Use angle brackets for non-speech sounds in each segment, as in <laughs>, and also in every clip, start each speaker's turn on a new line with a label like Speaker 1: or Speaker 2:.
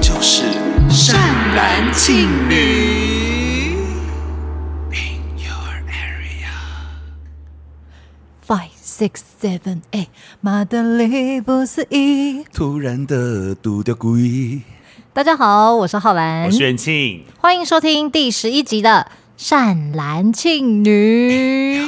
Speaker 1: 就是善男信女。In your area，
Speaker 2: Five, six, seven, eight，马德里不思议。
Speaker 1: 突然的读掉鬼，
Speaker 2: 大家好，我是浩兰
Speaker 3: 我，是元庆，
Speaker 2: 欢迎收听第十一集的《善男信女》。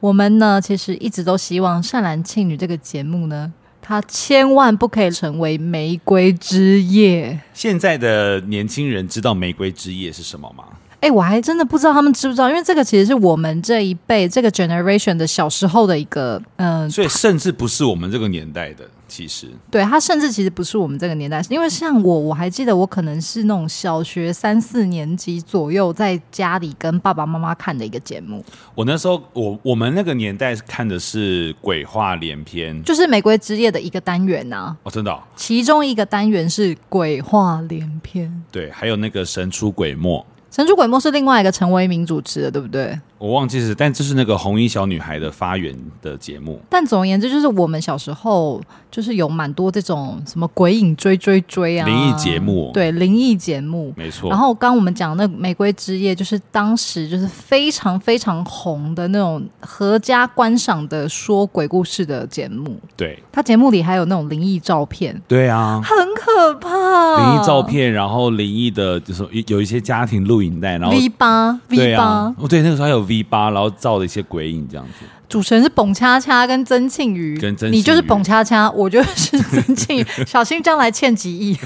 Speaker 2: 我们呢，其实一直都希望《善男信女》这个节目呢，它千万不可以成为玫瑰之夜。
Speaker 3: 现在的年轻人知道玫瑰之夜是什么吗？
Speaker 2: 哎，我还真的不知道他们知不知道，因为这个其实是我们这一辈这个 generation 的小时候的一个，嗯、
Speaker 3: 所以甚至不是我们这个年代的，其实
Speaker 2: 对他甚至其实不是我们这个年代，因为像我，我还记得我可能是那种小学三四年级左右，在家里跟爸爸妈妈看的一个节目，
Speaker 3: 我那时候我我们那个年代看的是鬼话连篇
Speaker 2: 就是《玫瑰之夜》的一个单元呐、
Speaker 3: 哦，真的哦、
Speaker 2: 其中一个单元是鬼话连篇，
Speaker 3: 对，还有那个神出鬼没，
Speaker 2: 《神出鬼没》是另外一个陈为民主持的，对不对？
Speaker 3: 我忘记是，但这是那个红衣小女孩的发源的节目，
Speaker 2: 但总而言之，就是我们小时候就是有蛮多这种什么鬼影追追追啊，
Speaker 3: 灵异节目
Speaker 2: 对灵异节目，
Speaker 3: 没错。
Speaker 2: 然后刚我们讲的那《玫瑰之夜》，就是当时就是非常非常红的那种合家观赏的说鬼故事的节目。
Speaker 3: 对
Speaker 2: 它节目里还有那种灵异照片，
Speaker 3: 对啊，
Speaker 2: 很可怕。
Speaker 3: 灵异照片，然后灵异的就是有有一些家庭录影带，然后
Speaker 2: ，V 八 V
Speaker 3: 对
Speaker 2: 八，
Speaker 3: 啊，哦对，那个时候还有 V 八，然后照了一些鬼影这样子。
Speaker 2: 主持人是蹦恰恰跟曾庆瑜，
Speaker 3: 跟曾庆瑜
Speaker 2: 你就是蹦恰恰，我就是 <laughs> 曾庆瑜，小心将来欠几亿，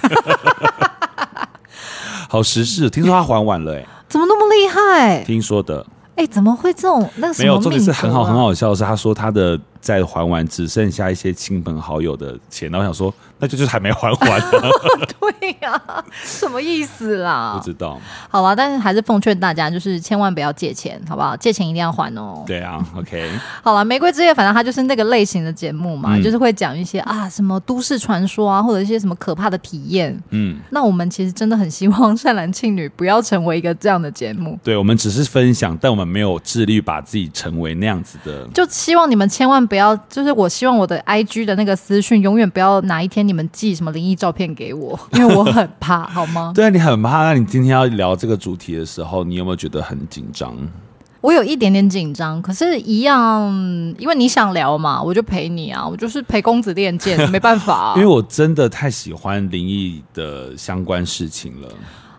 Speaker 3: 好时事，听说他还晚了、欸，
Speaker 2: 怎么那么厉害？
Speaker 3: 听说的。
Speaker 2: 哎，怎么会这种？那什
Speaker 3: 没
Speaker 2: 么
Speaker 3: 有，
Speaker 2: 命格
Speaker 3: 重
Speaker 2: 啊
Speaker 3: 点是很好很。好笑的是，他说他的债还完只剩下一些亲朋好友的钱，然后我想说那就就是还没还完
Speaker 2: <laughs>
Speaker 3: 啊，
Speaker 2: <laughs> 对呀、什么意思啦？
Speaker 3: 不知道。
Speaker 2: 好啦，但是还是奉劝大家，就是千万不要借钱，好不好？借钱一定要还哦。
Speaker 3: 对啊，OK，
Speaker 2: 好了，《玫瑰之夜》反正它就是那个类型的节目嘛，
Speaker 3: 嗯
Speaker 2: 就是会讲一些啊什么都市传说啊，或者一些什么可怕的体验。
Speaker 3: 嗯，
Speaker 2: 那我们其实真的很希望善男信女不要成为一个这样的节目，
Speaker 3: 对，我们只是分享，但我们没有致力把自己成为那样子的。
Speaker 2: 就希望你们千万不要，就是我希望我的 IG 的那个私讯永远不要哪一天你们寄什么灵异照片给我， <laughs> 因为我很怕，好吗？
Speaker 3: 对啊，你很怕。那你今天要聊这个主题的时候，你有没有觉得很紧张？
Speaker 2: 我有一点点紧张，可是，一样，因为你想聊嘛，我就陪你啊，我就是陪公子练剑，没办法啊、
Speaker 3: <laughs> 因为我真的太喜欢灵异的相关事情了。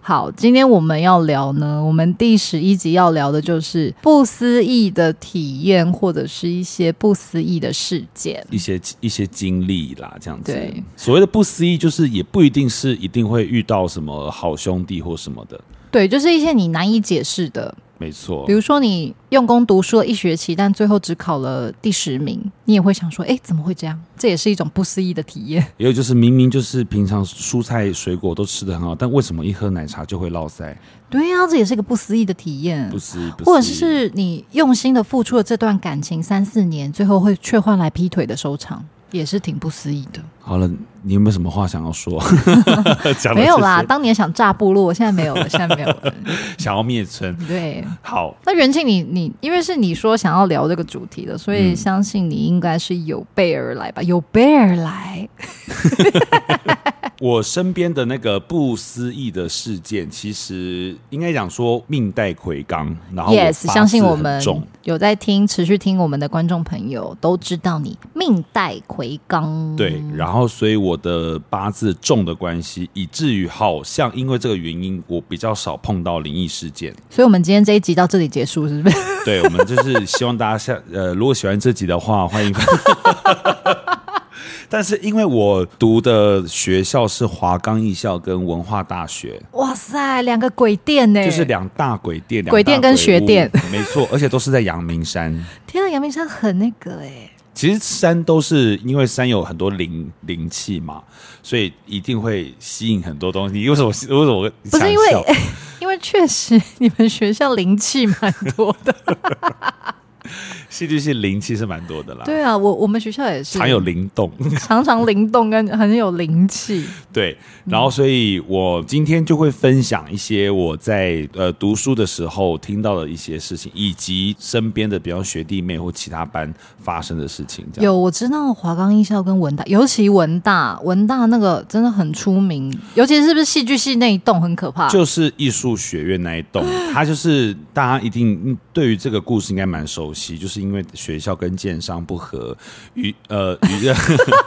Speaker 2: 好，今天我们要聊呢，我们第十一集要聊的就是不思议的体验，或者是一些不思议的事件。
Speaker 3: 一些一些经历啦，这样子。
Speaker 2: 嗯对
Speaker 3: 所谓的不思议，就是也不一定是一定会遇到什么好兄弟或什么的。
Speaker 2: 对，就是一些你难以解释的，
Speaker 3: 没错
Speaker 2: 比，如说你用功读书了一学期，但最后只考了第十名，你也会想说，哎，怎么会这样？这也是一种不思议的体验。
Speaker 3: 也有就是明明就是平常蔬菜水果都吃的很好，但为什么一喝奶茶就会落腮？
Speaker 2: 对呀、这也是一个不思议的体验。
Speaker 3: 不思议，不思议
Speaker 2: 或者是你用心的付出了这段感情三四年，最后会却换来劈腿的收场，也是挺不思议的。
Speaker 3: 好了，你有没有什么话想
Speaker 2: <laughs>
Speaker 3: 要说？讲了这些
Speaker 2: 没有啦，，当年想炸部落，现在没有了， <laughs> 现在没有了。
Speaker 3: 想要灭村。
Speaker 2: 对，
Speaker 3: 好，
Speaker 2: 那元庆你，你因为是你说想要聊这个主题的，所
Speaker 3: 嗯
Speaker 2: 以相信你应该是有备而来吧？有备而来，
Speaker 3: 我身边的那个不思议的事件，其实应该讲说命带魁罡，然后我
Speaker 2: yes，
Speaker 3: 八
Speaker 2: 相信
Speaker 3: 字
Speaker 2: 我
Speaker 3: 很
Speaker 2: 们
Speaker 3: 重
Speaker 2: 有在听、持续听我们的观众朋友都知道你命带魁罡。
Speaker 3: 对，然后所以我的八字重的关系，以至于好像因为这个原因，我比较少碰到灵异事
Speaker 2: <laughs>
Speaker 3: 件。
Speaker 2: 所以我们今天这一集到这里结束，是不
Speaker 3: <laughs>
Speaker 2: 是？
Speaker 3: 对我们就是希望大家下呃，如果喜欢这集的话，欢迎。 <laughs> 但是因为我读的学校是华冈艺校跟文化大学，
Speaker 2: 哇塞，两个鬼店呢、
Speaker 3: 就是两大鬼店，两大
Speaker 2: 鬼店跟
Speaker 3: 屋
Speaker 2: 学店，
Speaker 3: 没错，而且都是在阳明山。
Speaker 2: 天啊，阳明山很那个哎、
Speaker 3: 其实山都是因为山有很多灵灵气嘛，所以一定会吸引很多东西。你为什么为什么我
Speaker 2: 不是
Speaker 3: 想
Speaker 2: 因为
Speaker 3: 笑 <laughs>
Speaker 2: 因为确实你们学校灵气蛮多的，
Speaker 3: 戏剧系灵气是蛮多的啦，
Speaker 2: 对啊，我我们学校也是
Speaker 3: 常有灵动。 <laughs>
Speaker 2: 常常灵动跟很有灵气。
Speaker 3: 对，然后所以我今天就会分享一些我在呃读书的时候听到的一些事情，以及身边的比方学弟妹或其他班发生的事情。这样
Speaker 2: 有我知道华冈艺校跟文大，尤其文大，文大那个真的很出名，尤其是不是戏剧系那一栋很可
Speaker 3: 啊
Speaker 2: 怕。
Speaker 3: 就是艺术学院那一 <gasps> 栋，它就是大家一定嗯对于这个故事应该蛮熟悉，就是因为学校跟建商不合，娱呃娱乐， <laughs>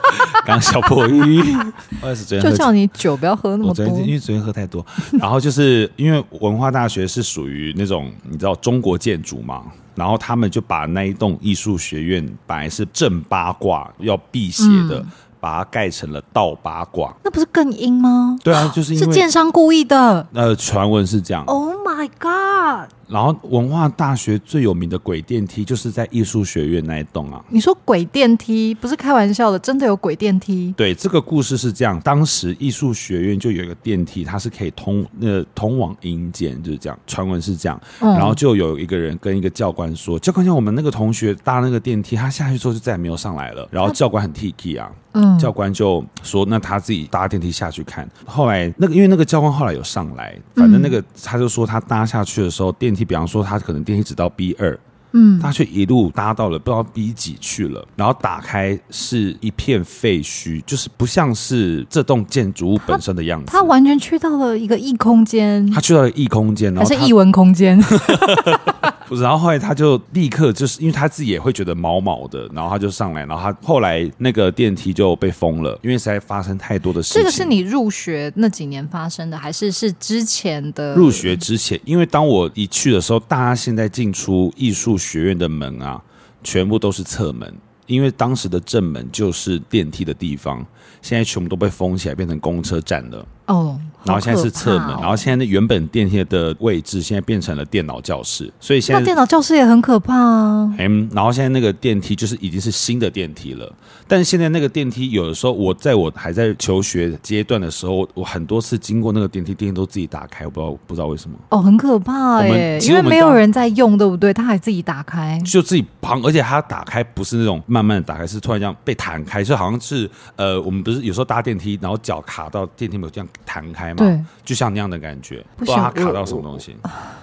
Speaker 3: 刚小破鱼， <laughs> 我也是昨天
Speaker 2: 就
Speaker 3: 喝
Speaker 2: 叫你酒不要喝那
Speaker 3: 我
Speaker 2: 么
Speaker 3: 昨
Speaker 2: 多，
Speaker 3: 天因为昨天喝太多，然后就是因为文化大学是属于那种你知道中国建筑嘛，然后他们就把那一栋艺术学院本来是正八卦要辟邪的，
Speaker 2: 嗯
Speaker 3: 把它盖成了倒八卦。
Speaker 2: 那不是更阴吗？
Speaker 3: 对啊，就是
Speaker 2: 是
Speaker 3: 因为
Speaker 2: 建商故意的。
Speaker 3: 呃传闻是这样。
Speaker 2: Oh my god！
Speaker 3: 然后文化大学最有名的鬼电梯就是在艺术学院那一栋啊。
Speaker 2: 你说鬼电梯不是开玩笑的，真的有鬼电梯。
Speaker 3: 对，这个故事是这样：当时艺术学院就有一个电梯，它是可以通呃通往阴间，就是这样。传闻是这样，
Speaker 2: 嗯
Speaker 3: 然后就有一个人跟一个教官说：“教官，像我们那个同学搭那个电梯，他下去之后就再也没有上来了。”然后教官很 T T 啊，
Speaker 2: 嗯，
Speaker 3: 教官就说：“那他自己搭电梯下去看。”后来那个因为那个教官后来有上来，反正那个他就说他搭下去的时候，电梯比方说他可能电梯只到 B 二，
Speaker 2: 嗯，
Speaker 3: 他却一路搭到了不知道 B 几去了，然后打开是一片废墟，就是不像是这栋建筑物本身的样子。
Speaker 2: 他完全去到了一个异空间，
Speaker 3: 他去到了异空间，然
Speaker 2: 还
Speaker 3: 后
Speaker 2: 是
Speaker 3: 他
Speaker 2: 异文空
Speaker 3: <laughs>
Speaker 2: 间？
Speaker 3: 不是，然后后来他就立刻就是因为他自己也会觉得毛毛的，然后他就上来，然后他后来那个电梯就被封了，因为实在发生太多的事情。
Speaker 2: 这个是你入学那几年发生的，还是是之前的
Speaker 3: 入学之前，因为当我一去的时候，大家现在进出艺术学院的门啊，全部都是侧门，因为当时的正门就是电梯的地方，现在全部都被封起来，变成公车站了。
Speaker 2: 哦？好
Speaker 3: 然后现在是侧门，
Speaker 2: 可怕哦
Speaker 3: 然后现在那原本电梯的位置现在变成了电脑教室，所以现
Speaker 2: 那
Speaker 3: 在
Speaker 2: 电脑教室也很可怕啊。
Speaker 3: 嗯，然后现在那个电梯就是已经是新的电梯了，但是现在那个电梯有的时候，我在我还在求学阶段的时候，我很多次经过那个电梯，电梯都自己打开，我不知道不知道为什么，
Speaker 2: 哦，很可怕
Speaker 3: 我们
Speaker 2: 耶，
Speaker 3: 其实
Speaker 2: 因为
Speaker 3: 我们
Speaker 2: 没有
Speaker 3: 当
Speaker 2: 人在用，对不对？他还自己打开，
Speaker 3: 就自己砰，而且它打开不是那种慢慢的打开，是突然这样被弹开，就好像是呃，我们不是有时候搭电梯，然后脚卡到电梯门这样弹开嘛，
Speaker 2: 对，
Speaker 3: 就像那样的感觉，
Speaker 2: 不
Speaker 3: 不知道它
Speaker 2: 行我
Speaker 3: 卡到什么东西，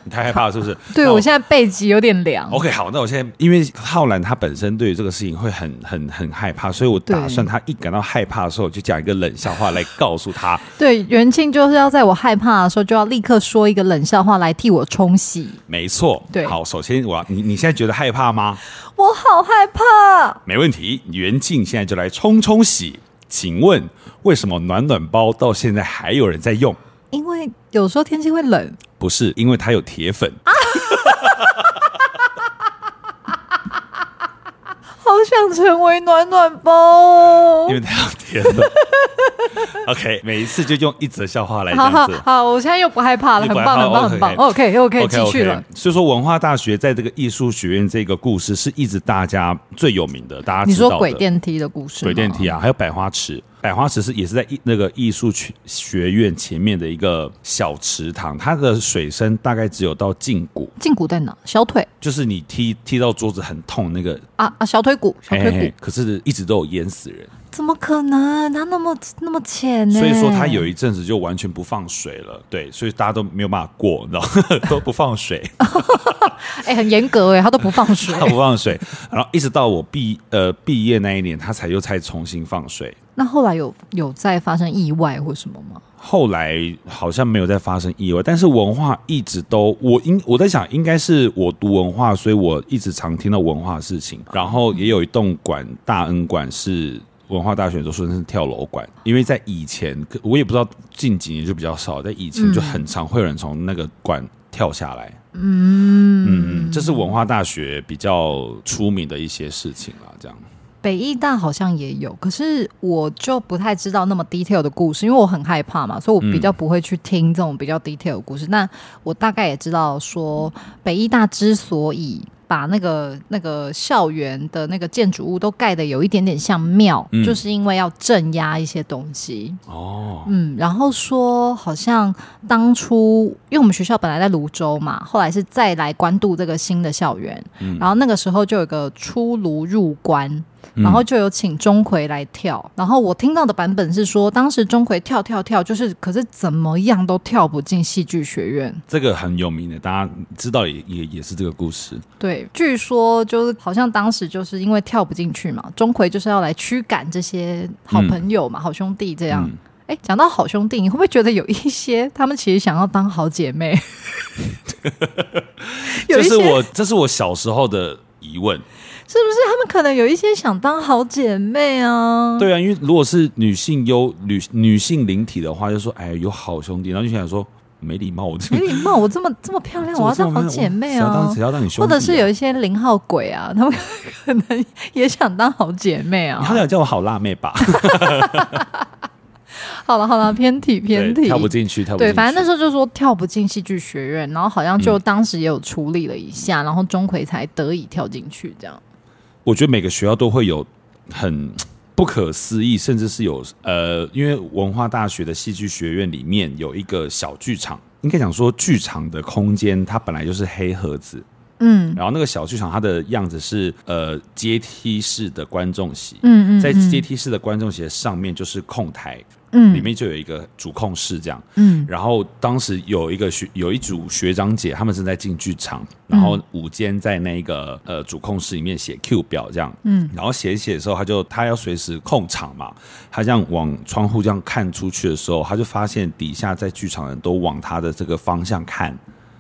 Speaker 3: 你太害怕了是不是？
Speaker 2: 对
Speaker 3: 那
Speaker 2: 我现在背脊有点凉。
Speaker 3: OK，好，那我现在因为浩然他本身对于这个事情会很很很害怕，所以我打
Speaker 2: 对
Speaker 3: 算他一感到害怕的时候，我就讲一个冷笑话来告诉他。
Speaker 2: 对，元庆就是要在我害怕的时候，就要立刻说一个冷笑话来替我冲洗。
Speaker 3: 没错，
Speaker 2: 对
Speaker 3: 好，首先我要你你现在觉得害怕吗？
Speaker 2: 我好害怕，
Speaker 3: 没问题，袁静现在就来冲冲洗。请问为什么暖暖包到现在还有人在用？
Speaker 2: 因为有时候天气会冷。
Speaker 3: 不是因为它有铁粉，
Speaker 2: 啊好想成为暖暖包哦
Speaker 3: 因！为它有铁粉。OK，每一次就用一则笑话来这
Speaker 2: 好好
Speaker 3: 样子。
Speaker 2: 好，我现在又不害怕了，
Speaker 3: 你
Speaker 2: 很
Speaker 3: 不害
Speaker 2: 棒，
Speaker 3: 怕
Speaker 2: 很棒，很棒。OK OK，
Speaker 3: OK，
Speaker 2: 继续了。
Speaker 3: 所以说，文化大学在这个艺术学院这个故事是一直大家最有名的，大家
Speaker 2: 你
Speaker 3: 知道
Speaker 2: 说
Speaker 3: 的。
Speaker 2: 鬼电梯的故事？
Speaker 3: 鬼电梯。啊，还有百花池，百花池是也是在艺那个艺术学学院前面的一个小池塘，它的水深大概只有到胫骨，
Speaker 2: 胫骨在哪？小腿
Speaker 3: 就是你踢踢到桌子很痛那个。
Speaker 2: 啊啊，小腿骨，小腿骨，
Speaker 3: 可是一直都有淹死人，
Speaker 2: 怎么可能？它那么那么浅呢、
Speaker 3: 所以说他有一阵子就完全不放水了，对，所以大家都没有办法过，你知道都不放水。
Speaker 2: 哎、很严格哎、它都不放水。
Speaker 3: <laughs> 他不放水，然后一直到我毕呃毕业那一年，他才又才重新放水。
Speaker 2: 那后来有有再发生意外或什么吗？
Speaker 3: 后来好像没有再发生意外，但是文化一直都，我应我在想，应该是我读文化，所以我一直常听到文化的事情。然后也有一栋馆，大恩馆是文化大学的时候说那是跳楼馆，因为在以前，可我也不知道近几年就比较少，在以前就很常会有人从那个馆跳下来。嗯嗯，这是文化大学比较出名的一些事情啦，这样。
Speaker 2: 北艺大好像也有，可是我就不太知道那么 detail 的故事，因为我很害怕嘛，所以我比较不会去听这种比较 detail 的故事。那我大概也知道说，北艺大之所以把那个那个校园的那个建筑物都盖的有一点点像庙，
Speaker 3: 嗯
Speaker 2: 就是因为要镇压一些东西。
Speaker 3: 哦，
Speaker 2: 嗯，然后说好像当初，因为我们学校本来在泸州嘛，后来是再来关渡这个新的校园，
Speaker 3: 嗯
Speaker 2: 然后那个时候就有个出炉入关，
Speaker 3: 嗯
Speaker 2: 然后就有请钟馗来跳，然后我听到的版本是说，当时钟馗跳跳跳，就是可是怎么样都跳不进戏剧学院，
Speaker 3: 这个很有名的，大家知道也也也是这个故事。
Speaker 2: 对，据说就是好像当时就是因为跳不进去嘛，钟馗就是要来驱赶这些好朋友嘛、好兄弟这样
Speaker 3: 嗯。
Speaker 2: 哎、讲到好兄弟，你会不会觉得有一些他们其实想要当好姐
Speaker 3: <laughs>
Speaker 2: 妹？ <laughs> 有
Speaker 3: 这
Speaker 2: 一些嗯
Speaker 3: 是我这是我小时候的疑问。
Speaker 2: 是不是他们可能有一些想当好姐妹啊？
Speaker 3: 对啊，因为如果是女性优女女性灵体的话，就说哎有好兄弟，然后就想说没礼貌，我这
Speaker 2: 没
Speaker 3: <laughs>
Speaker 2: 礼貌，我这么这么漂嗯亮，我要当好姐妹
Speaker 3: 谁要
Speaker 2: 啊
Speaker 3: 当谁！要当你兄
Speaker 2: 或
Speaker 3: 弟啊、
Speaker 2: 者是有一些零号鬼啊，他们 <laughs> 可能也想当好姐妹
Speaker 3: 你好
Speaker 2: 啊。
Speaker 3: 想叫我好辣
Speaker 2: <laughs>
Speaker 3: 妹吧？
Speaker 2: 好了好了，偏题偏
Speaker 3: 对
Speaker 2: 题，
Speaker 3: 跳不进去，跳不进
Speaker 2: 对，
Speaker 3: 去。
Speaker 2: 反正那时候就说跳不进戏剧学院，然后好像
Speaker 3: 嗯
Speaker 2: 就当时也有处理了一下，然后钟馗才得以跳进去这样。
Speaker 3: 我觉得每个学校都会有很不可思议，甚至是有呃，因为文化大学的戏剧学院里面有一个小剧场，应该讲说剧场的空间，它本来就是黑盒子，
Speaker 2: 嗯
Speaker 3: 然后那个小剧场它的样子是呃阶梯式的观众席，
Speaker 2: 嗯嗯，
Speaker 3: 在
Speaker 2: 嗯
Speaker 3: 阶梯式的观众席的上面就是控台，
Speaker 2: 嗯
Speaker 3: 里面就有一个主控室这样。
Speaker 2: 嗯
Speaker 3: 然后当时有一个学有一组学长姐，他们正在进剧场，然后
Speaker 2: 嗯
Speaker 3: 午间在那个呃主控室里面写 Q 表这样，
Speaker 2: 嗯，
Speaker 3: 然后写一写的时候，他就他要随时控场嘛，他这样往窗户这样看出去的时候，他就发现底下在剧场的人都往他的这个方向看，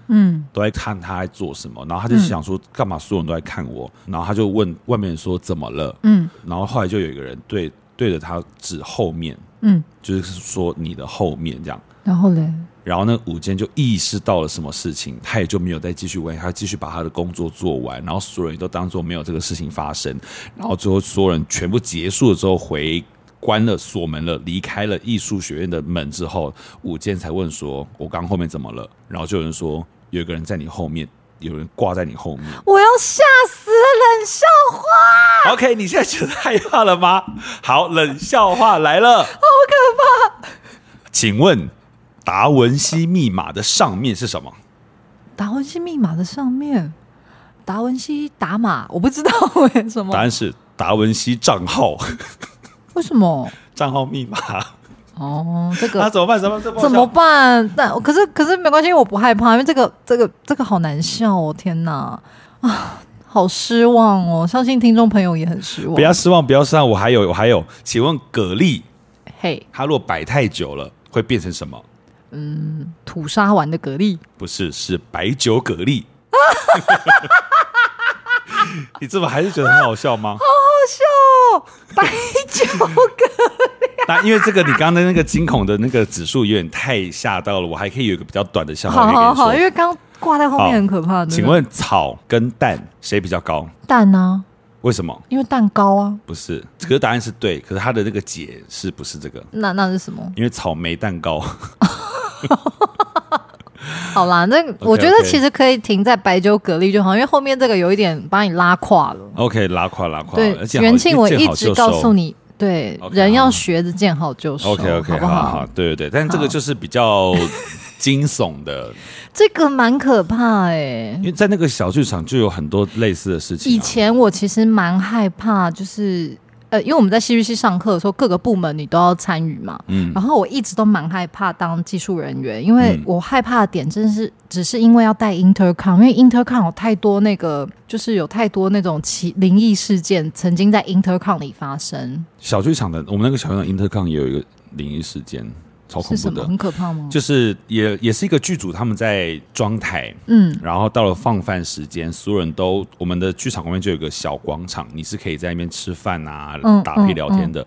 Speaker 2: 嗯
Speaker 3: 都在看他在做什么，然后他就想说，干嘛所有人都在看我？然后他就问外面说怎么了？
Speaker 2: 嗯
Speaker 3: 然后后来就有一个人对对着他指后面，
Speaker 2: 嗯，
Speaker 3: 就是说你的后面这样。
Speaker 2: 然后嘞，
Speaker 3: 然后呢，午间就意识到了什么事情，他也就没有再继续问，他继续把他的工作做完，然后所有人都当做没有这个事情发生，然后最后所有人全部结束了之后回。关了锁门了，离开了艺术学院的门之后，午间才问说：“我刚后面怎么了？”然后就有人说：“有一个人在你后面，有人挂在你后面。
Speaker 2: 我要吓死了，冷笑话，”
Speaker 3: OK，你现在觉得害怕了吗？好，冷笑话来了，好可怕！请问达文西密码的上面是什么？
Speaker 2: 达文西密码的上面，达文西打码，我不知道 <laughs> 哎、什么
Speaker 3: 答？案是达文西账号 <laughs>
Speaker 2: 为什么？
Speaker 3: 账号密码。
Speaker 2: 哦，这
Speaker 3: 那、
Speaker 2: 个。
Speaker 3: 怎么办？怎
Speaker 2: <laughs>
Speaker 3: 么办？
Speaker 2: 怎么办？但可是可是没关系，因为我不害怕，因为这个这个这个好难笑哦！天哪，啊，好失望哦！相信听众朋友也很失望。
Speaker 3: 不要失望，不要失望，我还有，我还有。请问蛤蜊，
Speaker 2: 嘿，
Speaker 3: 它若摆太久了会变成什么？
Speaker 2: 吐沙丸的蛤 <laughs> 蜊，
Speaker 3: 不是，是白酒蛤蜊。 <laughs> 你这么还是觉得很好笑
Speaker 2: <laughs>
Speaker 3: 吗？
Speaker 2: 好笑、哦，白酒蛤，
Speaker 3: 那因为这个，你刚刚的那个惊恐的那个指数有点太吓到了，我还可以有一个比较短的笑话
Speaker 2: 好
Speaker 3: 可以跟
Speaker 2: 好
Speaker 3: 你说。
Speaker 2: 好，因为刚挂在后面
Speaker 3: 好
Speaker 2: 很可怕。对不对
Speaker 3: <laughs> 请问草跟蛋谁比较高？
Speaker 2: 蛋呢、
Speaker 3: 为什么？
Speaker 2: 因为蛋糕啊，
Speaker 3: 不是，可是答案是对，可是它的那个解释不是这个。
Speaker 2: 那那是什么？
Speaker 3: 因为草莓蛋糕 <laughs>
Speaker 2: 好啦， <laughs> 那
Speaker 3: OK，
Speaker 2: 我觉得
Speaker 3: OK
Speaker 2: 其实可以停在白酒蛤蜊就好，因为后面这个有一点把你拉垮了。
Speaker 3: ，OK，拉垮拉垮。
Speaker 2: 对
Speaker 3: 而，且好
Speaker 2: 元庆，我
Speaker 3: 呃见
Speaker 2: 一
Speaker 3: 好
Speaker 2: 直
Speaker 3: 就
Speaker 2: 告
Speaker 3: 收
Speaker 2: 诉你，对
Speaker 3: OK，
Speaker 2: 人要
Speaker 3: 好
Speaker 2: 学着见好就收
Speaker 3: ，OK OK，
Speaker 2: 好不
Speaker 3: 好好，对对对，但这
Speaker 2: 好
Speaker 3: 个就是比
Speaker 2: <laughs>
Speaker 3: 较惊悚的，
Speaker 2: 这个蛮可怕哎、
Speaker 3: 因为在那个小剧场就有很多类似的事情啊。
Speaker 2: 以前我其实蛮害怕，就是呃，因为我们在戏剧系上课的时候，各个部门你都要参与嘛。
Speaker 3: 嗯
Speaker 2: 然后我一直都蛮害怕当技术人员，因为
Speaker 3: 嗯
Speaker 2: 我害怕的点真的是只是因为要带 intercom，因为 intercom 有太多那个就是有太多那种奇灵异事件曾经在 intercom 里发生，
Speaker 3: 小剧场的，我们那个小剧场 intercom 也有一个灵异事件，超
Speaker 2: 是
Speaker 3: 哦恐怖
Speaker 2: 什么？
Speaker 3: 的，
Speaker 2: 很可怕吗？
Speaker 3: 就是也也是一个剧组他们在装台，
Speaker 2: 嗯
Speaker 3: 然后到了放饭时间，所有人都，我们的剧场旁边就有个小广场，你是可以在那边吃饭啊、
Speaker 2: 嗯
Speaker 3: 打屁聊天的。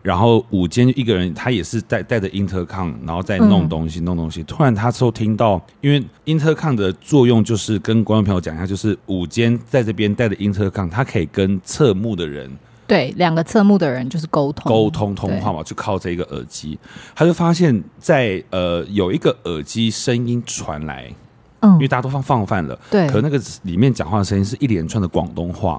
Speaker 3: 然后午间一个人，他也是带带着 intercom，然后在弄东西、弄东西。突然他就听到，因为 intercom 的作用就是跟观众朋友讲一下，就是午间在这边带着 intercom，他可以跟侧幕的人
Speaker 2: 对，两个侧目的人就是沟通，
Speaker 3: 沟通通话嘛，就靠这个耳机。他就发现在，呃有一个耳机声音传来，
Speaker 2: 嗯
Speaker 3: 因为大家都放放饭了。
Speaker 2: 对
Speaker 3: 可那个里面讲话的声音是一连串的广东话，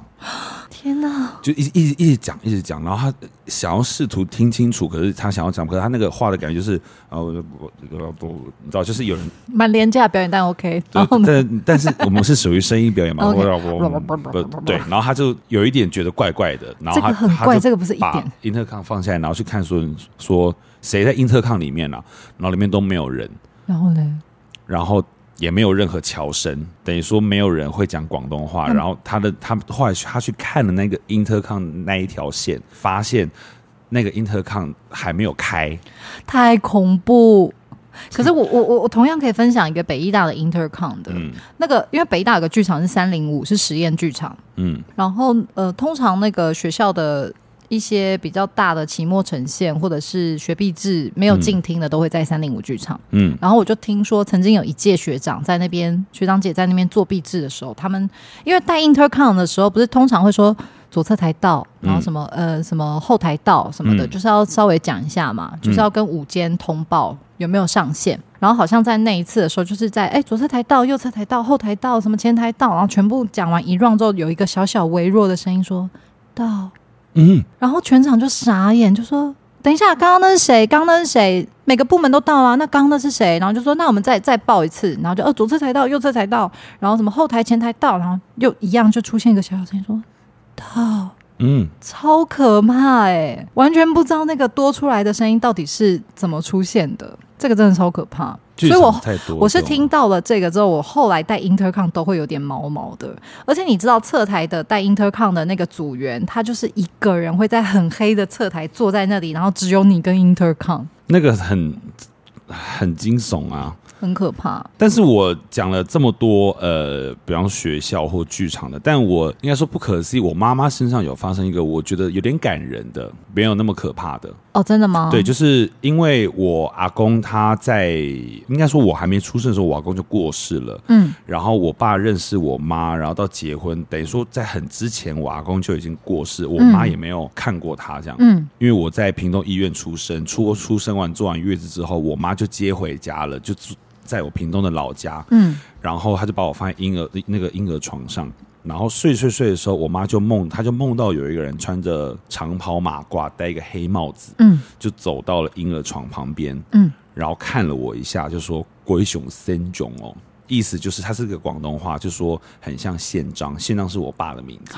Speaker 2: 天哪，
Speaker 3: 就一直一直一直讲，一直讲，然后他想要试图听清楚，可是他想要讲，可是他那个话的感觉就是，呃，我我我我你知道，就是有人，
Speaker 2: 蛮廉价的表演，但 OK。
Speaker 3: 对
Speaker 2: 然后呢？
Speaker 3: 但但是我们是属于声音表演嘛，我
Speaker 2: 哦 <laughs> OK
Speaker 3: 我我不对，然后他就有一点觉得怪怪的，然后
Speaker 2: 这
Speaker 3: 他
Speaker 2: 个很
Speaker 3: 他
Speaker 2: 怪，
Speaker 3: 就
Speaker 2: 这个不是一
Speaker 3: 把
Speaker 2: 点。
Speaker 3: 英特抗放下来，然后去看所有人说谁在英特抗里面啊，然后里面都没有人，
Speaker 2: 然后呢？
Speaker 3: 然后也没有任何侨声，等于说没有人会讲广东话。
Speaker 2: 嗯
Speaker 3: 然后他的他后来去他去看了那个 intercom 那一条线，发现那个 intercom 还没有开，
Speaker 2: 太恐怖。可是我我我我同样可以分享一个北医大的 intercom 的、
Speaker 3: 嗯
Speaker 2: 那个，因为北医大有个剧场是三零五，是实验剧场。
Speaker 3: 嗯
Speaker 2: 然后呃，通常那个学校的一些比较大的期末呈现或者是学毕制没有进厅的，都会在三零五剧场。
Speaker 3: 嗯
Speaker 2: 然后我就听说，曾经有一届学长在那边，学长姐在那边做壁纸的时候，他们因为带 intercom 的时候，不是通常会说左侧台道，
Speaker 3: 嗯
Speaker 2: 然后什么、呃什么后台道什么的，
Speaker 3: 嗯
Speaker 2: 就是要稍微讲一下嘛，就是要跟午间通报有没有上线。然后好像在那一次的时候，就是在哎左侧台道、右侧台道、后台道、什么前台道，然后全部讲完一 round 之后，有一个小小微弱的声音说到。
Speaker 3: 嗯，
Speaker 2: 然后全场就傻眼，就说：“等一下，刚刚那是谁？刚刚那是谁？每个部门都到啊，那刚刚那是谁？”然后就说：“那我们再再报一次。”然后就哦，左侧才到，右侧才到，然后什么后台、前台到，然后又一样就出现一个小小声音说：“到。”
Speaker 3: 嗯，
Speaker 2: 超可怕哎、完全不知道那个多出来的声音到底是怎么出现的，这个真的超可怕。所
Speaker 3: 剧
Speaker 2: 以
Speaker 3: 场
Speaker 2: 我
Speaker 3: 太多，
Speaker 2: 我是听，到了这个之后，我后来带 intercom 都会有点毛毛的，而且你知道侧台的带 intercom 的那个组员，他就是一个人会在很黑的侧台坐在那里，然后只有你跟 intercom，
Speaker 3: 那个很很惊悚啊。
Speaker 2: 很可怕。
Speaker 3: 但是我讲了这么多，呃，比方学校或剧场的，但我应该说不可思议，我妈妈身上有发生一个我觉得有点感人的，没有那么可怕的。
Speaker 2: 哦，真的吗？
Speaker 3: 对，就是因为我阿公他在，应该说我还没出生的时候，我阿公就过世了。
Speaker 2: 嗯
Speaker 3: 然后我爸认识我妈，然后到结婚，等于说在很之前，我阿公就已经过世，我妈也没有看过他这样。
Speaker 2: 嗯
Speaker 3: 因为我在屏东医院出生，出出生完做完月子之后，我妈就接回家了，就住在我屏东的老家。
Speaker 2: 嗯
Speaker 3: 然后他就把我放在婴儿那个婴儿床上，然后睡睡睡的时候，我妈就梦，她就梦到有一个人穿着长袍马褂，戴一个黑帽子，
Speaker 2: 嗯
Speaker 3: 就走到了婴儿床旁边，
Speaker 2: 嗯，
Speaker 3: 然后看了我一下，就说“鬼熊森囧”哦，意思就是它是个广东话，就说很像宪章，宪章是我爸的名字。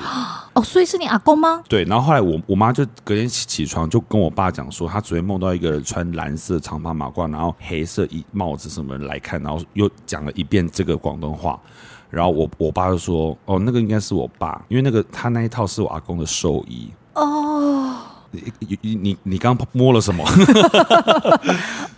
Speaker 2: 哦，所以是你阿公吗？
Speaker 3: 对，然后后来我我妈就隔天起起床就跟我爸讲说，她昨天梦到一个人穿蓝色长袍马褂，然后黑色衣帽子什么人来看，然后又讲了一遍这个广东话。然后我我爸就说：“哦，那个应该是我爸，因为那个他那一套是我阿公的寿衣。
Speaker 2: 哦
Speaker 3: 你你你你你刚摸了什么？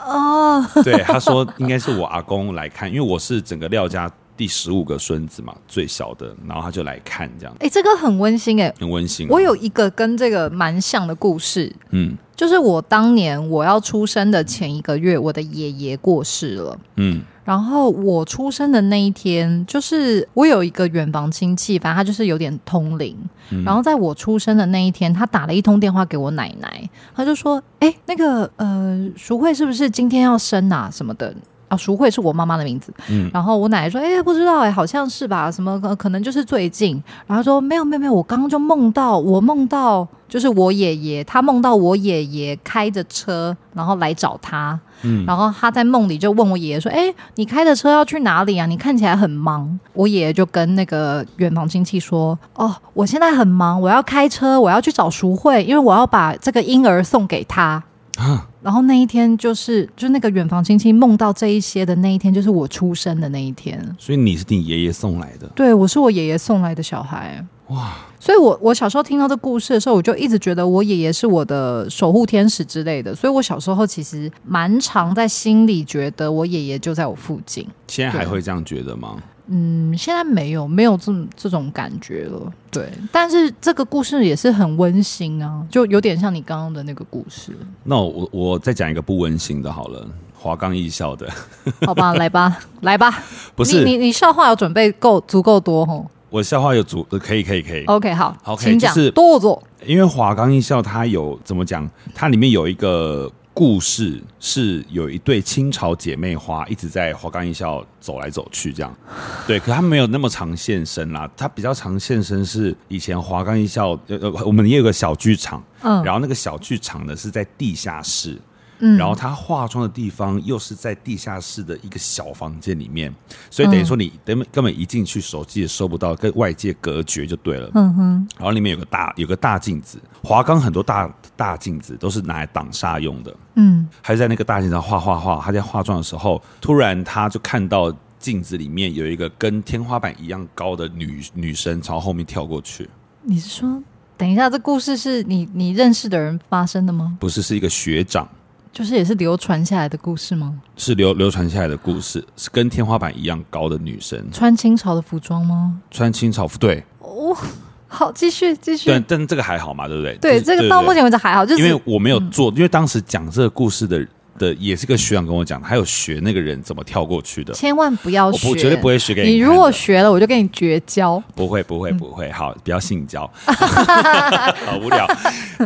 Speaker 2: 哦，
Speaker 3: <laughs> 对，他说应该是我阿公来看，因为我是整个廖家第十五个孙子嘛，最小的，然后他就来看，这样
Speaker 2: 哎、这个很温馨哎、
Speaker 3: 很温馨。啊
Speaker 2: 我有一个跟这个蛮像的故事，
Speaker 3: 嗯
Speaker 2: 就是我当年我要出生的前一个月，我的爷爷过世了。
Speaker 3: 嗯
Speaker 2: 然后我出生的那一天，就是我有一个远房亲戚，反正他就是有点通灵。然后在我出生的那一天，他打了一通电话给我奶奶，他就说：“哎、那个呃，淑慧是不是今天要生啊什么的？”啊，淑慧是我妈妈的名字。
Speaker 3: 嗯
Speaker 2: 然后我奶奶说：“哎、不知道哎、好像是吧？什么呃可可能就是最近。”然后她说：“没有没有没有，我刚刚就梦到，我梦到就是我爷爷，他梦到我爷爷开着车，然后来找他，
Speaker 3: 嗯
Speaker 2: 然后他在梦里就问我爷爷说：“哎、你开的车要去哪里啊？你看起来很忙。”我爷爷就跟那个远房亲戚说：“哦，我现在很忙，我要开车，我要去找淑慧，因为我要把这个婴儿送给她。”
Speaker 3: 啊，
Speaker 2: 然后那一天就是，就那个远房亲戚梦到这一些的那一天，就是我出生的那一天。
Speaker 3: 所以你是你爷爷送来的
Speaker 2: 对，我是我爷爷送来的小孩。
Speaker 3: 哇？
Speaker 2: 所以我，我小时候听到这故事的时候，我就一直觉得我爷爷是我的守护天使之类的。所以我小时候其实蛮常在心里觉得我爷爷就在我附近。
Speaker 3: 现在还会这样觉得吗？
Speaker 2: 嗯，现在没有没有这种这种感觉了。对，但是这个故事也是很温馨啊，就有点像你刚刚的那个故事，
Speaker 3: 那我我再讲一个不温馨的好了，华冈艺校的 <laughs>
Speaker 2: 好吧？来吧， <laughs> 来吧，
Speaker 3: 不是
Speaker 2: 你你你笑话有准备够足够多吼。
Speaker 3: 我笑话有组，呃可以可以可以，
Speaker 2: OK，好
Speaker 3: OK，
Speaker 2: 请讲
Speaker 3: 就是
Speaker 2: 多做。
Speaker 3: 因为华冈艺校它有怎么讲，它里面有一个故事是有一对清朝姐妹花一直在华冈艺校走来走去，这样，对，可她没有那么常现身啦，她比较常现身是以前华冈艺校，呃呃，我们也有个小剧场，
Speaker 2: 嗯
Speaker 3: 然后那个小剧场呢是在地下室，
Speaker 2: 嗯
Speaker 3: 然后她化妆的地方又是在地下室的一个小房间里面，
Speaker 2: 嗯
Speaker 3: 所以等于说你根本根本一进去手机也收不到，跟外界隔绝就对了，
Speaker 2: 嗯哼，
Speaker 3: 然后里面有个大有个大镜子，华冈很多大大镜子都是拿来挡煞用的。
Speaker 2: 嗯
Speaker 3: 还在那个大镜子上画画画，他在化妆的时候，突然他就看到镜子里面有一个跟天花板一样高的女女生朝后面跳过去，
Speaker 2: 你是说，等一下，这故事是你你认识的人发生的吗？
Speaker 3: 不是是一个学长，
Speaker 2: 就是也是流传下来的故事吗？
Speaker 3: 是流流传下来的故事，是跟天花板一样高的女生，
Speaker 2: 穿清朝的服装吗？
Speaker 3: 穿清朝服，对，
Speaker 2: 哦，好，继续继续。
Speaker 3: 但但这个还好嘛，对不对？
Speaker 2: 对，这个到目前为止嗯还好，就
Speaker 3: 对，对对因
Speaker 2: 是
Speaker 3: 为我没有做，因为当时讲这个故事的的也是个学长跟我讲，他有学那个人怎么跳过去的，
Speaker 2: 千万不要
Speaker 3: 我
Speaker 2: 学，
Speaker 3: 不绝对不会学给
Speaker 2: 你。
Speaker 3: 你看的。
Speaker 2: 如果学了，我就跟你绝交。
Speaker 3: 不会，不会，不会，好，不要性交， <laughs> 好无聊，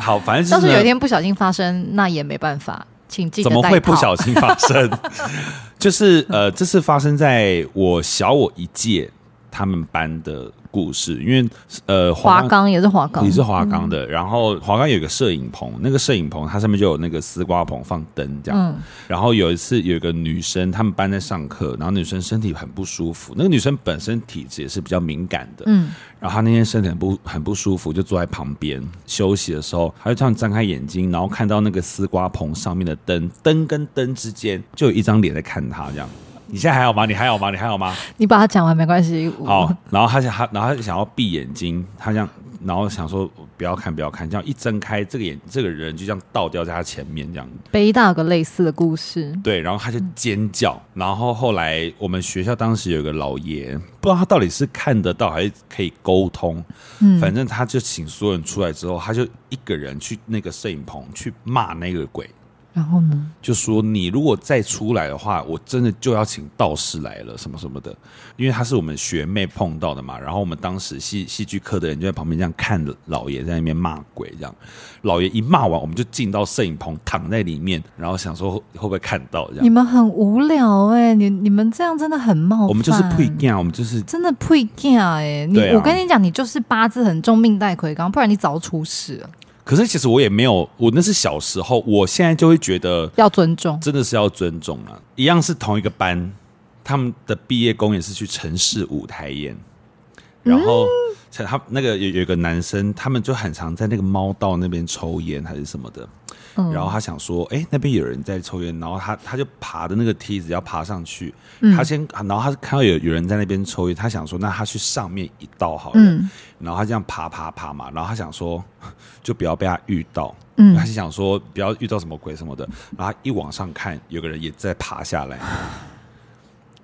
Speaker 3: 好，反正
Speaker 2: 要
Speaker 3: 就是是
Speaker 2: 有一
Speaker 3: 呢
Speaker 2: 天不小心发生，那也没办法，请记得
Speaker 3: 怎么
Speaker 2: 戴
Speaker 3: 会不
Speaker 2: 套
Speaker 3: 小心发生？ <laughs> 就是呃，这是发生在我小我一届他们班的故事，因为呃，
Speaker 2: 华
Speaker 3: 冈
Speaker 2: 冈也是华嗯冈，
Speaker 3: 你是华冈的，然后华冈有一个摄影棚，那个摄影棚它上面就有那个丝瓜棚放灯这样，
Speaker 2: 嗯
Speaker 3: 然后有一次有一个女生，他们班在上课，然后女生身体很不舒服，那个女生本身体质也是比较敏感的，
Speaker 2: 嗯，
Speaker 3: 然后他那天身体很不很不舒服，就坐在旁边休息的时候，他就突然张开眼睛，然后看到那个丝瓜棚上面的灯，灯跟灯之间就有一张脸在看他，这样。你现在还好吗？你还好吗？你还好吗？
Speaker 2: 你把它讲完没关系。 <laughs> 我
Speaker 3: 好，哦然后他想他，然后他就想要闭眼睛，他这样，然后想说不要看，不要看，这样一睁开，这个眼这个人就这样倒掉在他前面，这样
Speaker 2: 北大有个类似的故事，
Speaker 3: 对，然后他就尖叫，然后后来我们学校当时有个老爷，不知道他到底是看得到还是可以沟通，
Speaker 2: 嗯
Speaker 3: 反正他就请所有人出来之后，他就一个人去那个摄影棚去骂那个鬼，
Speaker 2: 然后呢？
Speaker 3: 就说你如果再出来的话，我真的就要请道士来了，什么什么的，因为他是我们学妹碰到的嘛。然后我们当时戏戏剧课的人就在旁边这样看着老爷在那边骂鬼，这样老爷一骂完，我们就进到摄影棚躺在里面，然后想说会会不会看到这样
Speaker 2: 你。们很无聊哎、你你们这样真的很冒犯。
Speaker 3: 我们就是配件，我们就是
Speaker 2: 真的配件哎、你、
Speaker 3: 对啊
Speaker 2: 我跟你讲，你就是八字很重，命带魁罡，不然你早出事了。
Speaker 3: 可是其实我也没有，我那是小时候，我现在就会觉得
Speaker 2: 要尊重，
Speaker 3: 真的是要尊重了、一样是同一个班，他们的毕业公演是去城市舞台演，然后
Speaker 2: 嗯
Speaker 3: 像他那个有有一个男生，他们就很常在那个猫道那边抽烟还是什么的，
Speaker 2: 嗯
Speaker 3: 然后他想说，哎、那边有人在抽烟，然后他他就爬的那个梯子要爬上去，
Speaker 2: 嗯
Speaker 3: 他先，然后他看到有有人在那边抽烟，他想说，那他去上面一道好了，
Speaker 2: 嗯
Speaker 3: 然后他这样爬爬爬嘛，然后他想说，就不要被他遇到，
Speaker 2: 嗯
Speaker 3: 他是想说不要遇到什么鬼什么的，然后他一往上看，有个人也在爬下来，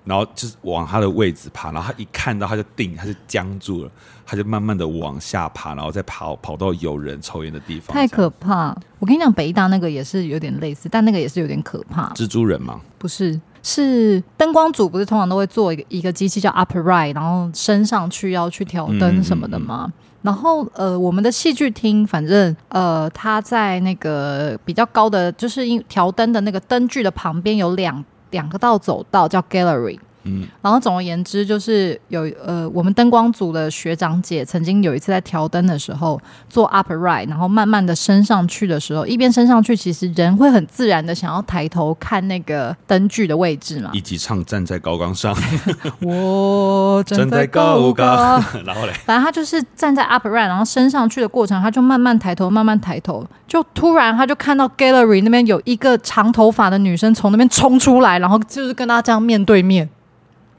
Speaker 3: 然后就是往他的位置爬，然后他一看到他就定，他就僵住了，他就慢慢的往下爬，然后再跑跑到有人抽烟的地方，
Speaker 2: 太
Speaker 3: 这样
Speaker 2: 可怕。我跟你讲，北大那个也是有点类似，但那个也是有点可怕。
Speaker 3: 蜘蛛人嘛，
Speaker 2: 不是，是灯光组不是通常都会做一个一个机器叫 upright，然后升上去要去调灯什么的
Speaker 3: 嗯
Speaker 2: 吗？然后呃，我们的戏剧厅，反正呃，它在那个比较高的，就是因调灯的那个灯具的旁边有两两个道走道叫 gallery。
Speaker 3: 嗯，
Speaker 2: 然后总而言之，就是有呃，我们灯光组的学长姐曾经有一次在调灯的时候做 upright，然后慢慢的升上去的时候，一边升上去，其实人会很自然的想要抬头看那个灯具的位置嘛。
Speaker 3: 以及唱站在高岗上，
Speaker 2: 我
Speaker 3: 站
Speaker 2: 真
Speaker 3: 在
Speaker 2: 的
Speaker 3: 高
Speaker 2: 够
Speaker 3: 岗
Speaker 2: 高。，
Speaker 3: 然后嘞，
Speaker 2: 反正他就是站在 upright，然后升上去的过程，他就慢慢抬头，慢慢抬头，就突然他就看到 gallery 那边有一个长头发的女生从那边冲出来，然后就是跟他这样面对面，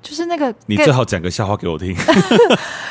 Speaker 2: 就是那个
Speaker 3: 你
Speaker 2: ga-
Speaker 3: 最好讲个笑话给我听，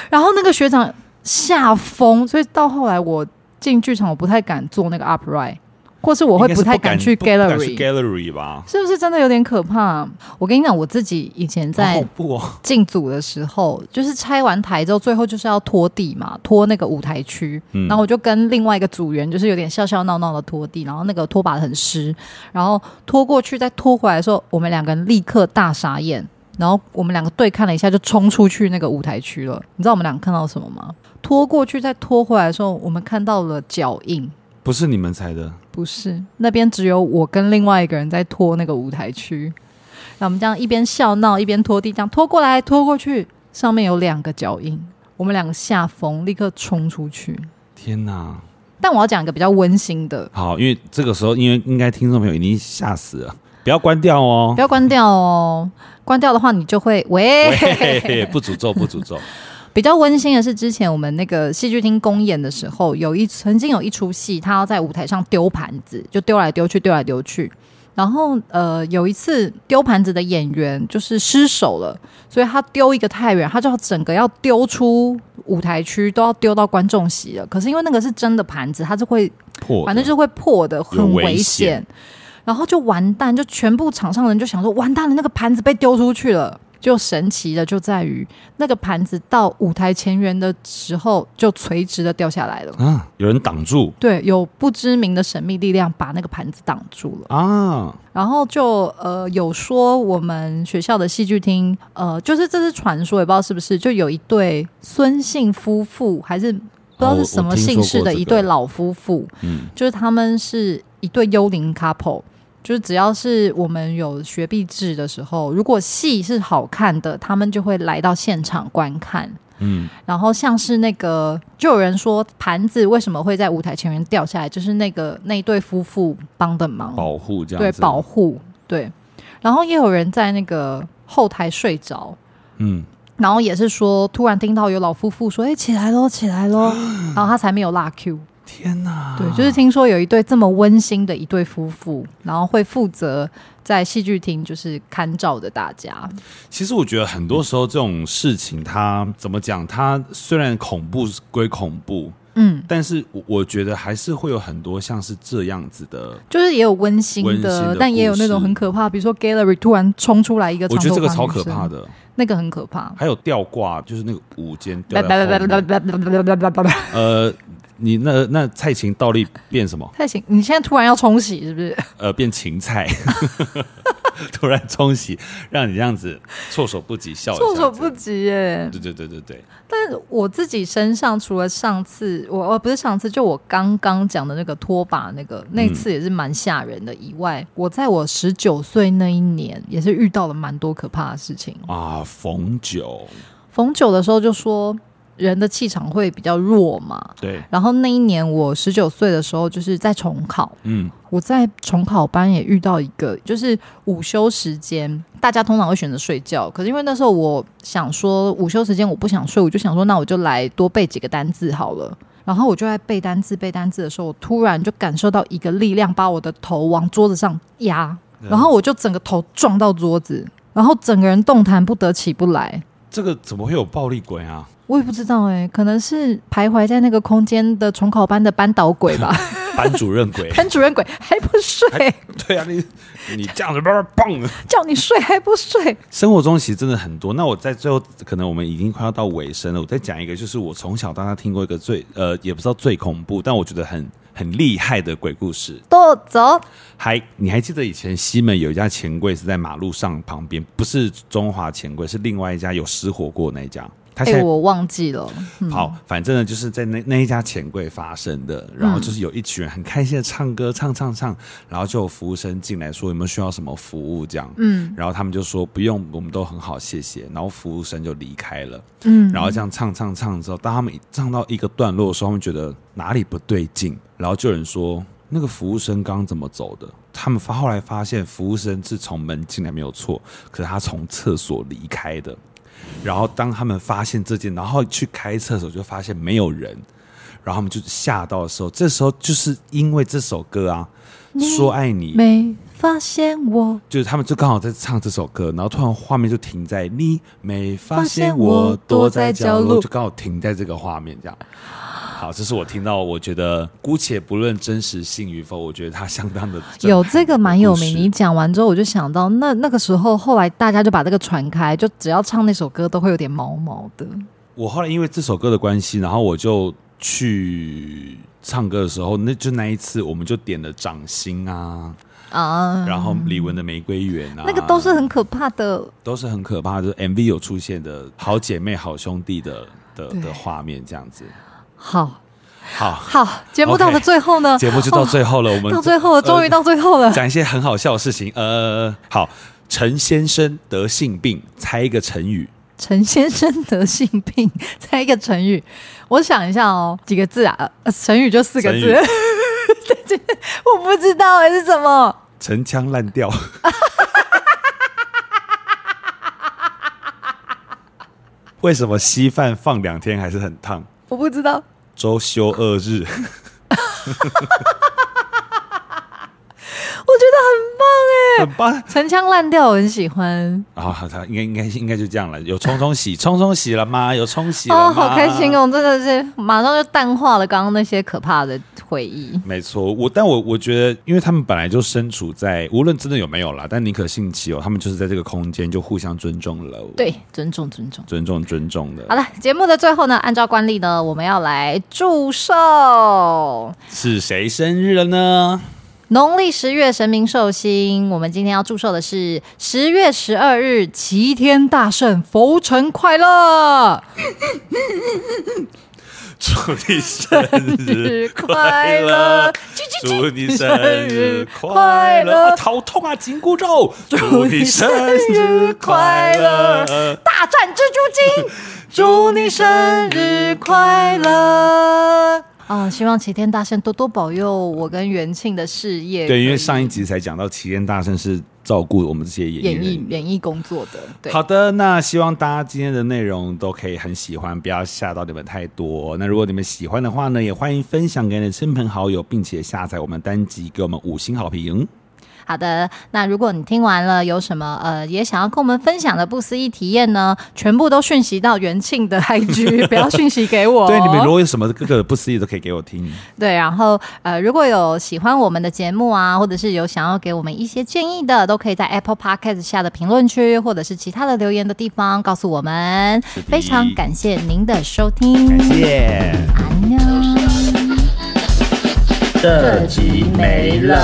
Speaker 2: 然后那个学长吓疯，所以到后来我进剧场，我不太敢做那个 upright，或是我会
Speaker 3: 应该是
Speaker 2: 太
Speaker 3: 不敢
Speaker 2: 去
Speaker 3: 不不敢去
Speaker 2: gallery，
Speaker 3: gallery 吧，
Speaker 2: 是不是真的有点可怕？啊我跟你讲，我自己以前
Speaker 3: 好
Speaker 2: 在
Speaker 3: 恐怖哦，
Speaker 2: 进组的时候，就是拆完台之后，最后就是要拖地嘛，拖那个舞台区。
Speaker 3: 嗯
Speaker 2: 然后我就跟另外一个组员，就是有点笑笑闹闹的拖地，然后那个拖把很湿，然后拖过去再拖回来的时候，我们两个人立刻大傻眼，然后我们两个对看了一下，就冲出去那个舞台区了。你知道我们两个看到什么吗？拖过去再拖回来的时候，我们看到了脚印，
Speaker 3: 不是你们猜的，
Speaker 2: 不是，那边只有我跟另外一个人在拖那个舞台区。那我们这样一边笑闹一边拖地，这样拖过来拖过去，上面有两个脚印，我们两个吓疯，立刻冲出去。
Speaker 3: 天哪！
Speaker 2: 但我要讲一个比较温馨的，
Speaker 3: 好，因为这个时候，因为应该听众朋友已经吓死了，不要关掉哦
Speaker 2: 不。要关掉哦，关掉的话你就会喂。
Speaker 3: 喂，不诅咒，不诅咒。
Speaker 2: 比较温馨的是，之前我们那个戏剧厅公演的时候，有一曾经有一出戏，他要在舞台上丢盘子，就丢来丢去，丢来丢去。然后呃，有一次丢盘子的演员就是失手了，所以他丢一个太远，他就要整个要丢出舞台区，都要丢到观众席了。可是因为那个是真的盘子，它是会
Speaker 3: 破的，
Speaker 2: 反正就是会破的，
Speaker 3: 有
Speaker 2: 很
Speaker 3: 危
Speaker 2: 危
Speaker 3: 险
Speaker 2: 险。然后就完蛋，就全部场上的人就想说，完蛋了，那个盘子被丢出去了。就神奇的就在于，那个盘子到舞台前缘的时候，就垂直的掉下来了。
Speaker 3: 啊，有人挡住
Speaker 2: 对，有不知名的神秘力量把那个盘子挡住了。
Speaker 3: 啊，
Speaker 2: 然后就呃有说我们学校的戏剧厅，呃，就是这是传说，也不知道是不是，就有一对孙姓夫妇，还是不知道
Speaker 3: 哦
Speaker 2: 是什
Speaker 3: 我
Speaker 2: 么
Speaker 3: 听
Speaker 2: 姓
Speaker 3: 说
Speaker 2: 氏
Speaker 3: 过
Speaker 2: 的
Speaker 3: 这
Speaker 2: 一
Speaker 3: 个
Speaker 2: 对老夫妇，
Speaker 3: 嗯，
Speaker 2: 就是他们是一对幽灵 couple。就是只要是我们有学毕制的时候，如果戏是好看的，他们就会来到现场观看。
Speaker 3: 嗯，
Speaker 2: 然后像是那个，就有人说盘子为什么会在舞台前面掉下来，就是那个那一对夫妇帮的忙，
Speaker 3: 保护这样
Speaker 2: 对
Speaker 3: 子，
Speaker 2: 保，护对。然后也有人在那个后台睡着，
Speaker 3: 嗯，
Speaker 2: 然后也是说突然听到有老夫妇说：“哎、起来喽，起来喽！”然后他才没有落 Q。
Speaker 3: 天哪，
Speaker 2: 对，就是听说有一对这么温馨的一对夫妇，然后会负责在戏剧厅就是看照着大家。
Speaker 3: 其实我觉得很多时候这种事情它，怎么讲？它虽然恐怖是归恐怖，
Speaker 2: 嗯，
Speaker 3: 但是我我觉得还是会有很多像是这样子的。
Speaker 2: 就是也有温馨的，
Speaker 3: 温馨的
Speaker 2: 但也有那
Speaker 3: 故
Speaker 2: 种
Speaker 3: 事
Speaker 2: 很可怕，比如说 gallery 突然冲出来一个，
Speaker 3: 我觉得这个超可怕，的，
Speaker 2: 那个很可怕。
Speaker 3: 还有吊挂，就是那个舞间吊
Speaker 2: 拜
Speaker 3: 在
Speaker 2: 拜拜
Speaker 3: 后
Speaker 2: 拜拜拜
Speaker 3: 面。
Speaker 2: 拜拜拜拜拜拜！
Speaker 3: 呃，你那那蔡琴倒立变什么？
Speaker 2: 太行，你现在突然要冲洗是不是？
Speaker 3: 呃，变芹菜， <laughs> 突然冲洗，让你这样子措手不及，笑一下
Speaker 2: <laughs> 措手不
Speaker 3: 这样。
Speaker 2: 及耶！
Speaker 3: 对对对对对，
Speaker 2: 但我自己身上，除了上次我呃不是上次，就我刚刚讲的那个拖把那个那次也是蛮吓人的以外，我在我十九岁那一年也是遇到了蛮多可怕的事情。
Speaker 3: 啊，逢九，
Speaker 2: 逢九的时候就说人的气场会比较弱嘛，
Speaker 3: 对，
Speaker 2: 然后那一年我十九岁的时候就是在重考，
Speaker 3: 嗯，
Speaker 2: 我在重考班也遇到一个，就是午休时间，大家通常会选择睡觉。可是因为那时候我想说午休时间我不想睡，我就想说那我就来多背几个单字好了。然后我就在背单字、背单字的时候，我突然就感受到一个力量把我的头往桌子上压，然后我就整个头撞到桌子，然后整个人动弹不得，起不来。
Speaker 3: 这个怎么会有暴力鬼啊？
Speaker 2: 我也不知道哎、可能是徘徊在那个空间的重考班的班导鬼吧， <laughs>
Speaker 3: 班主任鬼，
Speaker 2: 班主任鬼还不睡，
Speaker 3: 对啊，你你这样子叭叭蹦。
Speaker 2: 叫你睡还不睡。
Speaker 3: 生活中其实真的很多。那我在最后，可能我们已经快要到尾声了，我再讲一个，就是我从小到大听过一个最呃，也不知道最恐怖，但我觉得很很厉害的鬼故事。
Speaker 2: 都走，
Speaker 3: 还你还记得以前西门有一家钱柜是在马路上旁边，不是中华钱柜，是另外一家有失火过那一家。他
Speaker 2: 哎、
Speaker 3: 现在、
Speaker 2: 我忘记了，
Speaker 3: 好，反正呢就是在那那一家钱柜发生的，然后就是有一群人很开心的唱歌，唱唱唱，然后就有服务生进来说有没有需要什么服务这样，嗯，然后他们就说不用，我们都很好，谢谢，然后服务生就离开了，嗯，然后这样唱唱唱之后，当他们唱到一个段落的时候，他们觉得哪里不对劲，然后就有人说那个服务生刚刚怎么走的？他们发后来发现服务生是从门进来没有错，可是他从厕所离开的。然后当他们发现这件，然后去开厕所就发现没有人，然后他们就吓到的时候，这时候就是因为这首歌啊，《说爱你》，
Speaker 2: 没发现我
Speaker 3: 就是他们就刚好在唱这首歌，然后突然画面就停在你没发现
Speaker 2: 发现我
Speaker 3: 我躲
Speaker 2: 躲
Speaker 3: 在
Speaker 2: 在
Speaker 3: 角
Speaker 2: 角
Speaker 3: 落，
Speaker 2: 落
Speaker 3: 就刚好停在这个画面这样。好，这是我听到，我觉得姑且不论真实性与否，我觉得它相当的震撼
Speaker 2: 有这个蛮有
Speaker 3: 故
Speaker 2: 名。
Speaker 3: 事
Speaker 2: 你讲完之后，我就想到那那个时候，后来大家就把这个传开，就只要唱那首歌都会有点毛毛的。
Speaker 3: 我后来因为这首歌的关系，然后我就去唱歌的时候，那就那一次我们就点了《掌心》啊，
Speaker 2: 啊，
Speaker 3: 然后李玟的《玫瑰园》啊，
Speaker 2: 那个都是很可怕的。
Speaker 3: 都是很可怕的，就是 MV 有出现的好姐妹、好兄弟的的
Speaker 2: 对
Speaker 3: 的画面这样子。
Speaker 2: 好，
Speaker 3: 好，
Speaker 2: 好，节目到了
Speaker 3: OK
Speaker 2: 最后呢，哦
Speaker 3: 节目就到最后了，我
Speaker 2: <laughs>
Speaker 3: 们
Speaker 2: 到最后了，终于到最后了
Speaker 3: 呃。讲一些很好笑的事情。呃，好，陈先生得性病，猜一个成语。
Speaker 2: 陈先生得性病，猜一个成语，我想一下哦，几个字啊？呃、成语就四个
Speaker 3: 成
Speaker 2: 字
Speaker 3: 语，
Speaker 2: <laughs> 我不知道哎、是什么？
Speaker 3: 陈腔滥调， <laughs> 为什么稀饭放两天还是很烫？
Speaker 2: 我不知道。
Speaker 3: 周休二日，
Speaker 2: 我觉得很棒哎、
Speaker 3: 很棒
Speaker 2: 陈腔滥调，我很喜欢
Speaker 3: <laughs> 啊！好他应该应该应该就这样了。有冲冲洗，冲冲洗了吗？有冲洗了吗？
Speaker 2: 哦，好开心！哦！真的是马上就淡化了刚刚那些可怕的回忆。
Speaker 3: 没错，我但我我觉得，因为他们本来就身处在，无论真的有没有啦，但宁可信其有，他们就是在这个空间就互相尊重了。，
Speaker 2: 对，尊重尊重。
Speaker 3: 尊重尊重
Speaker 2: 好
Speaker 3: 的，
Speaker 2: 了，节目的最后呢，按照惯例呢，我们要来祝寿。
Speaker 3: 是谁生日了呢？
Speaker 2: 农历十月神明寿星，我们今天要祝寿的是十月十二日齐天大圣佛成快乐，
Speaker 3: 祝你生日 <laughs> 快乐！ <laughs> 祝你生日快乐！啊好痛啊，紧箍咒！祝你生日快乐！
Speaker 2: 大战蜘蛛精，
Speaker 3: <laughs>
Speaker 2: 祝你生日快乐！啊，希望齐天大圣多多保佑我跟元庆的事业。
Speaker 3: 对，因为上一集才讲到齐天大圣是照顾我们这些演艺
Speaker 2: 演
Speaker 3: 人
Speaker 2: 艺
Speaker 3: 员
Speaker 2: 演艺工作的，对，
Speaker 3: 好的，那希望大家今天的内容都可以很喜欢，不要吓到你们太多。那如果你们喜欢的话呢，也欢迎分享给你的亲朋好友，并且下载我们单集给我们五星好评。
Speaker 2: 好的，那如果你听完了有什么呃也想要跟我们分享的不思议体验呢，全部都讯息到元庆的
Speaker 3: <laughs>
Speaker 2: IG，不要讯息给我哦、
Speaker 3: 对，你们如果有什么各个不思议都可以给我听。
Speaker 2: 对，然后呃如果有喜欢我们的节目啊，或者是有想要给我们一些建议的，都可以在 Apple Podcast 下的评论区，或者是其他的留言的地方告诉我们。
Speaker 3: 的
Speaker 2: 非常感谢您的收听，
Speaker 3: 感谢，
Speaker 2: 安妞
Speaker 4: 这集没了。